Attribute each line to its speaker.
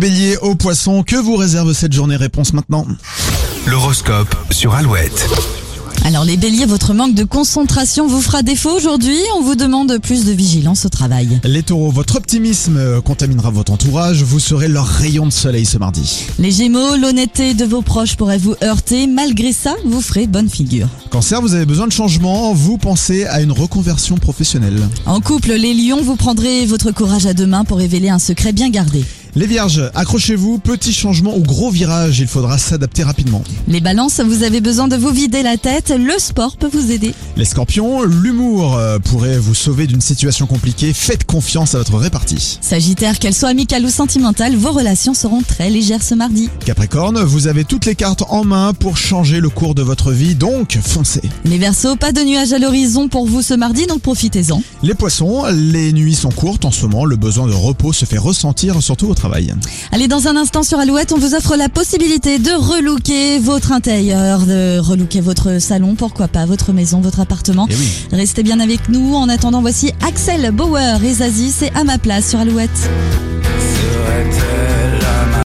Speaker 1: Bélier au poisson, que vous réserve cette journée Réponse maintenant.
Speaker 2: L'horoscope sur Alouette.
Speaker 3: Alors les béliers, votre manque de concentration vous fera défaut aujourd'hui. On vous demande plus de vigilance au travail.
Speaker 1: Les taureaux, votre optimisme euh, contaminera votre entourage, vous serez leur rayon de soleil ce mardi.
Speaker 3: Les gémeaux, l'honnêteté de vos proches pourrait vous heurter. Malgré ça, vous ferez bonne figure.
Speaker 1: Cancer, vous avez besoin de changement, vous pensez à une reconversion professionnelle.
Speaker 3: En couple, les lions, vous prendrez votre courage à deux mains pour révéler un secret bien gardé.
Speaker 1: Les vierges, accrochez-vous, petit changement ou gros virage, il faudra s'adapter rapidement.
Speaker 3: Les balances, vous avez besoin de vous vider la tête. Le sport peut vous aider.
Speaker 1: Les scorpions, l'humour euh, pourrait vous sauver d'une situation compliquée, faites confiance à votre répartie.
Speaker 3: Sagittaire, qu'elles soient amicales ou sentimentales, vos relations seront très légères ce mardi.
Speaker 1: Capricorne, vous avez toutes les cartes en main pour changer le cours de votre vie, donc foncez.
Speaker 3: Les versos, pas de nuages à l'horizon pour vous ce mardi, donc profitez-en.
Speaker 1: Les poissons, les nuits sont courtes en ce moment, le besoin de repos se fait ressentir, surtout au travail.
Speaker 3: Allez, dans un instant sur Alouette, on vous offre la possibilité de relooker votre intérieur, de relooker votre salon, pourquoi pas votre maison, votre appartement.
Speaker 1: Eh oui.
Speaker 3: Restez bien avec nous. En attendant, voici Axel Bauer et Zazie, c'est à ma place sur Alouette.
Speaker 4: sur la terre.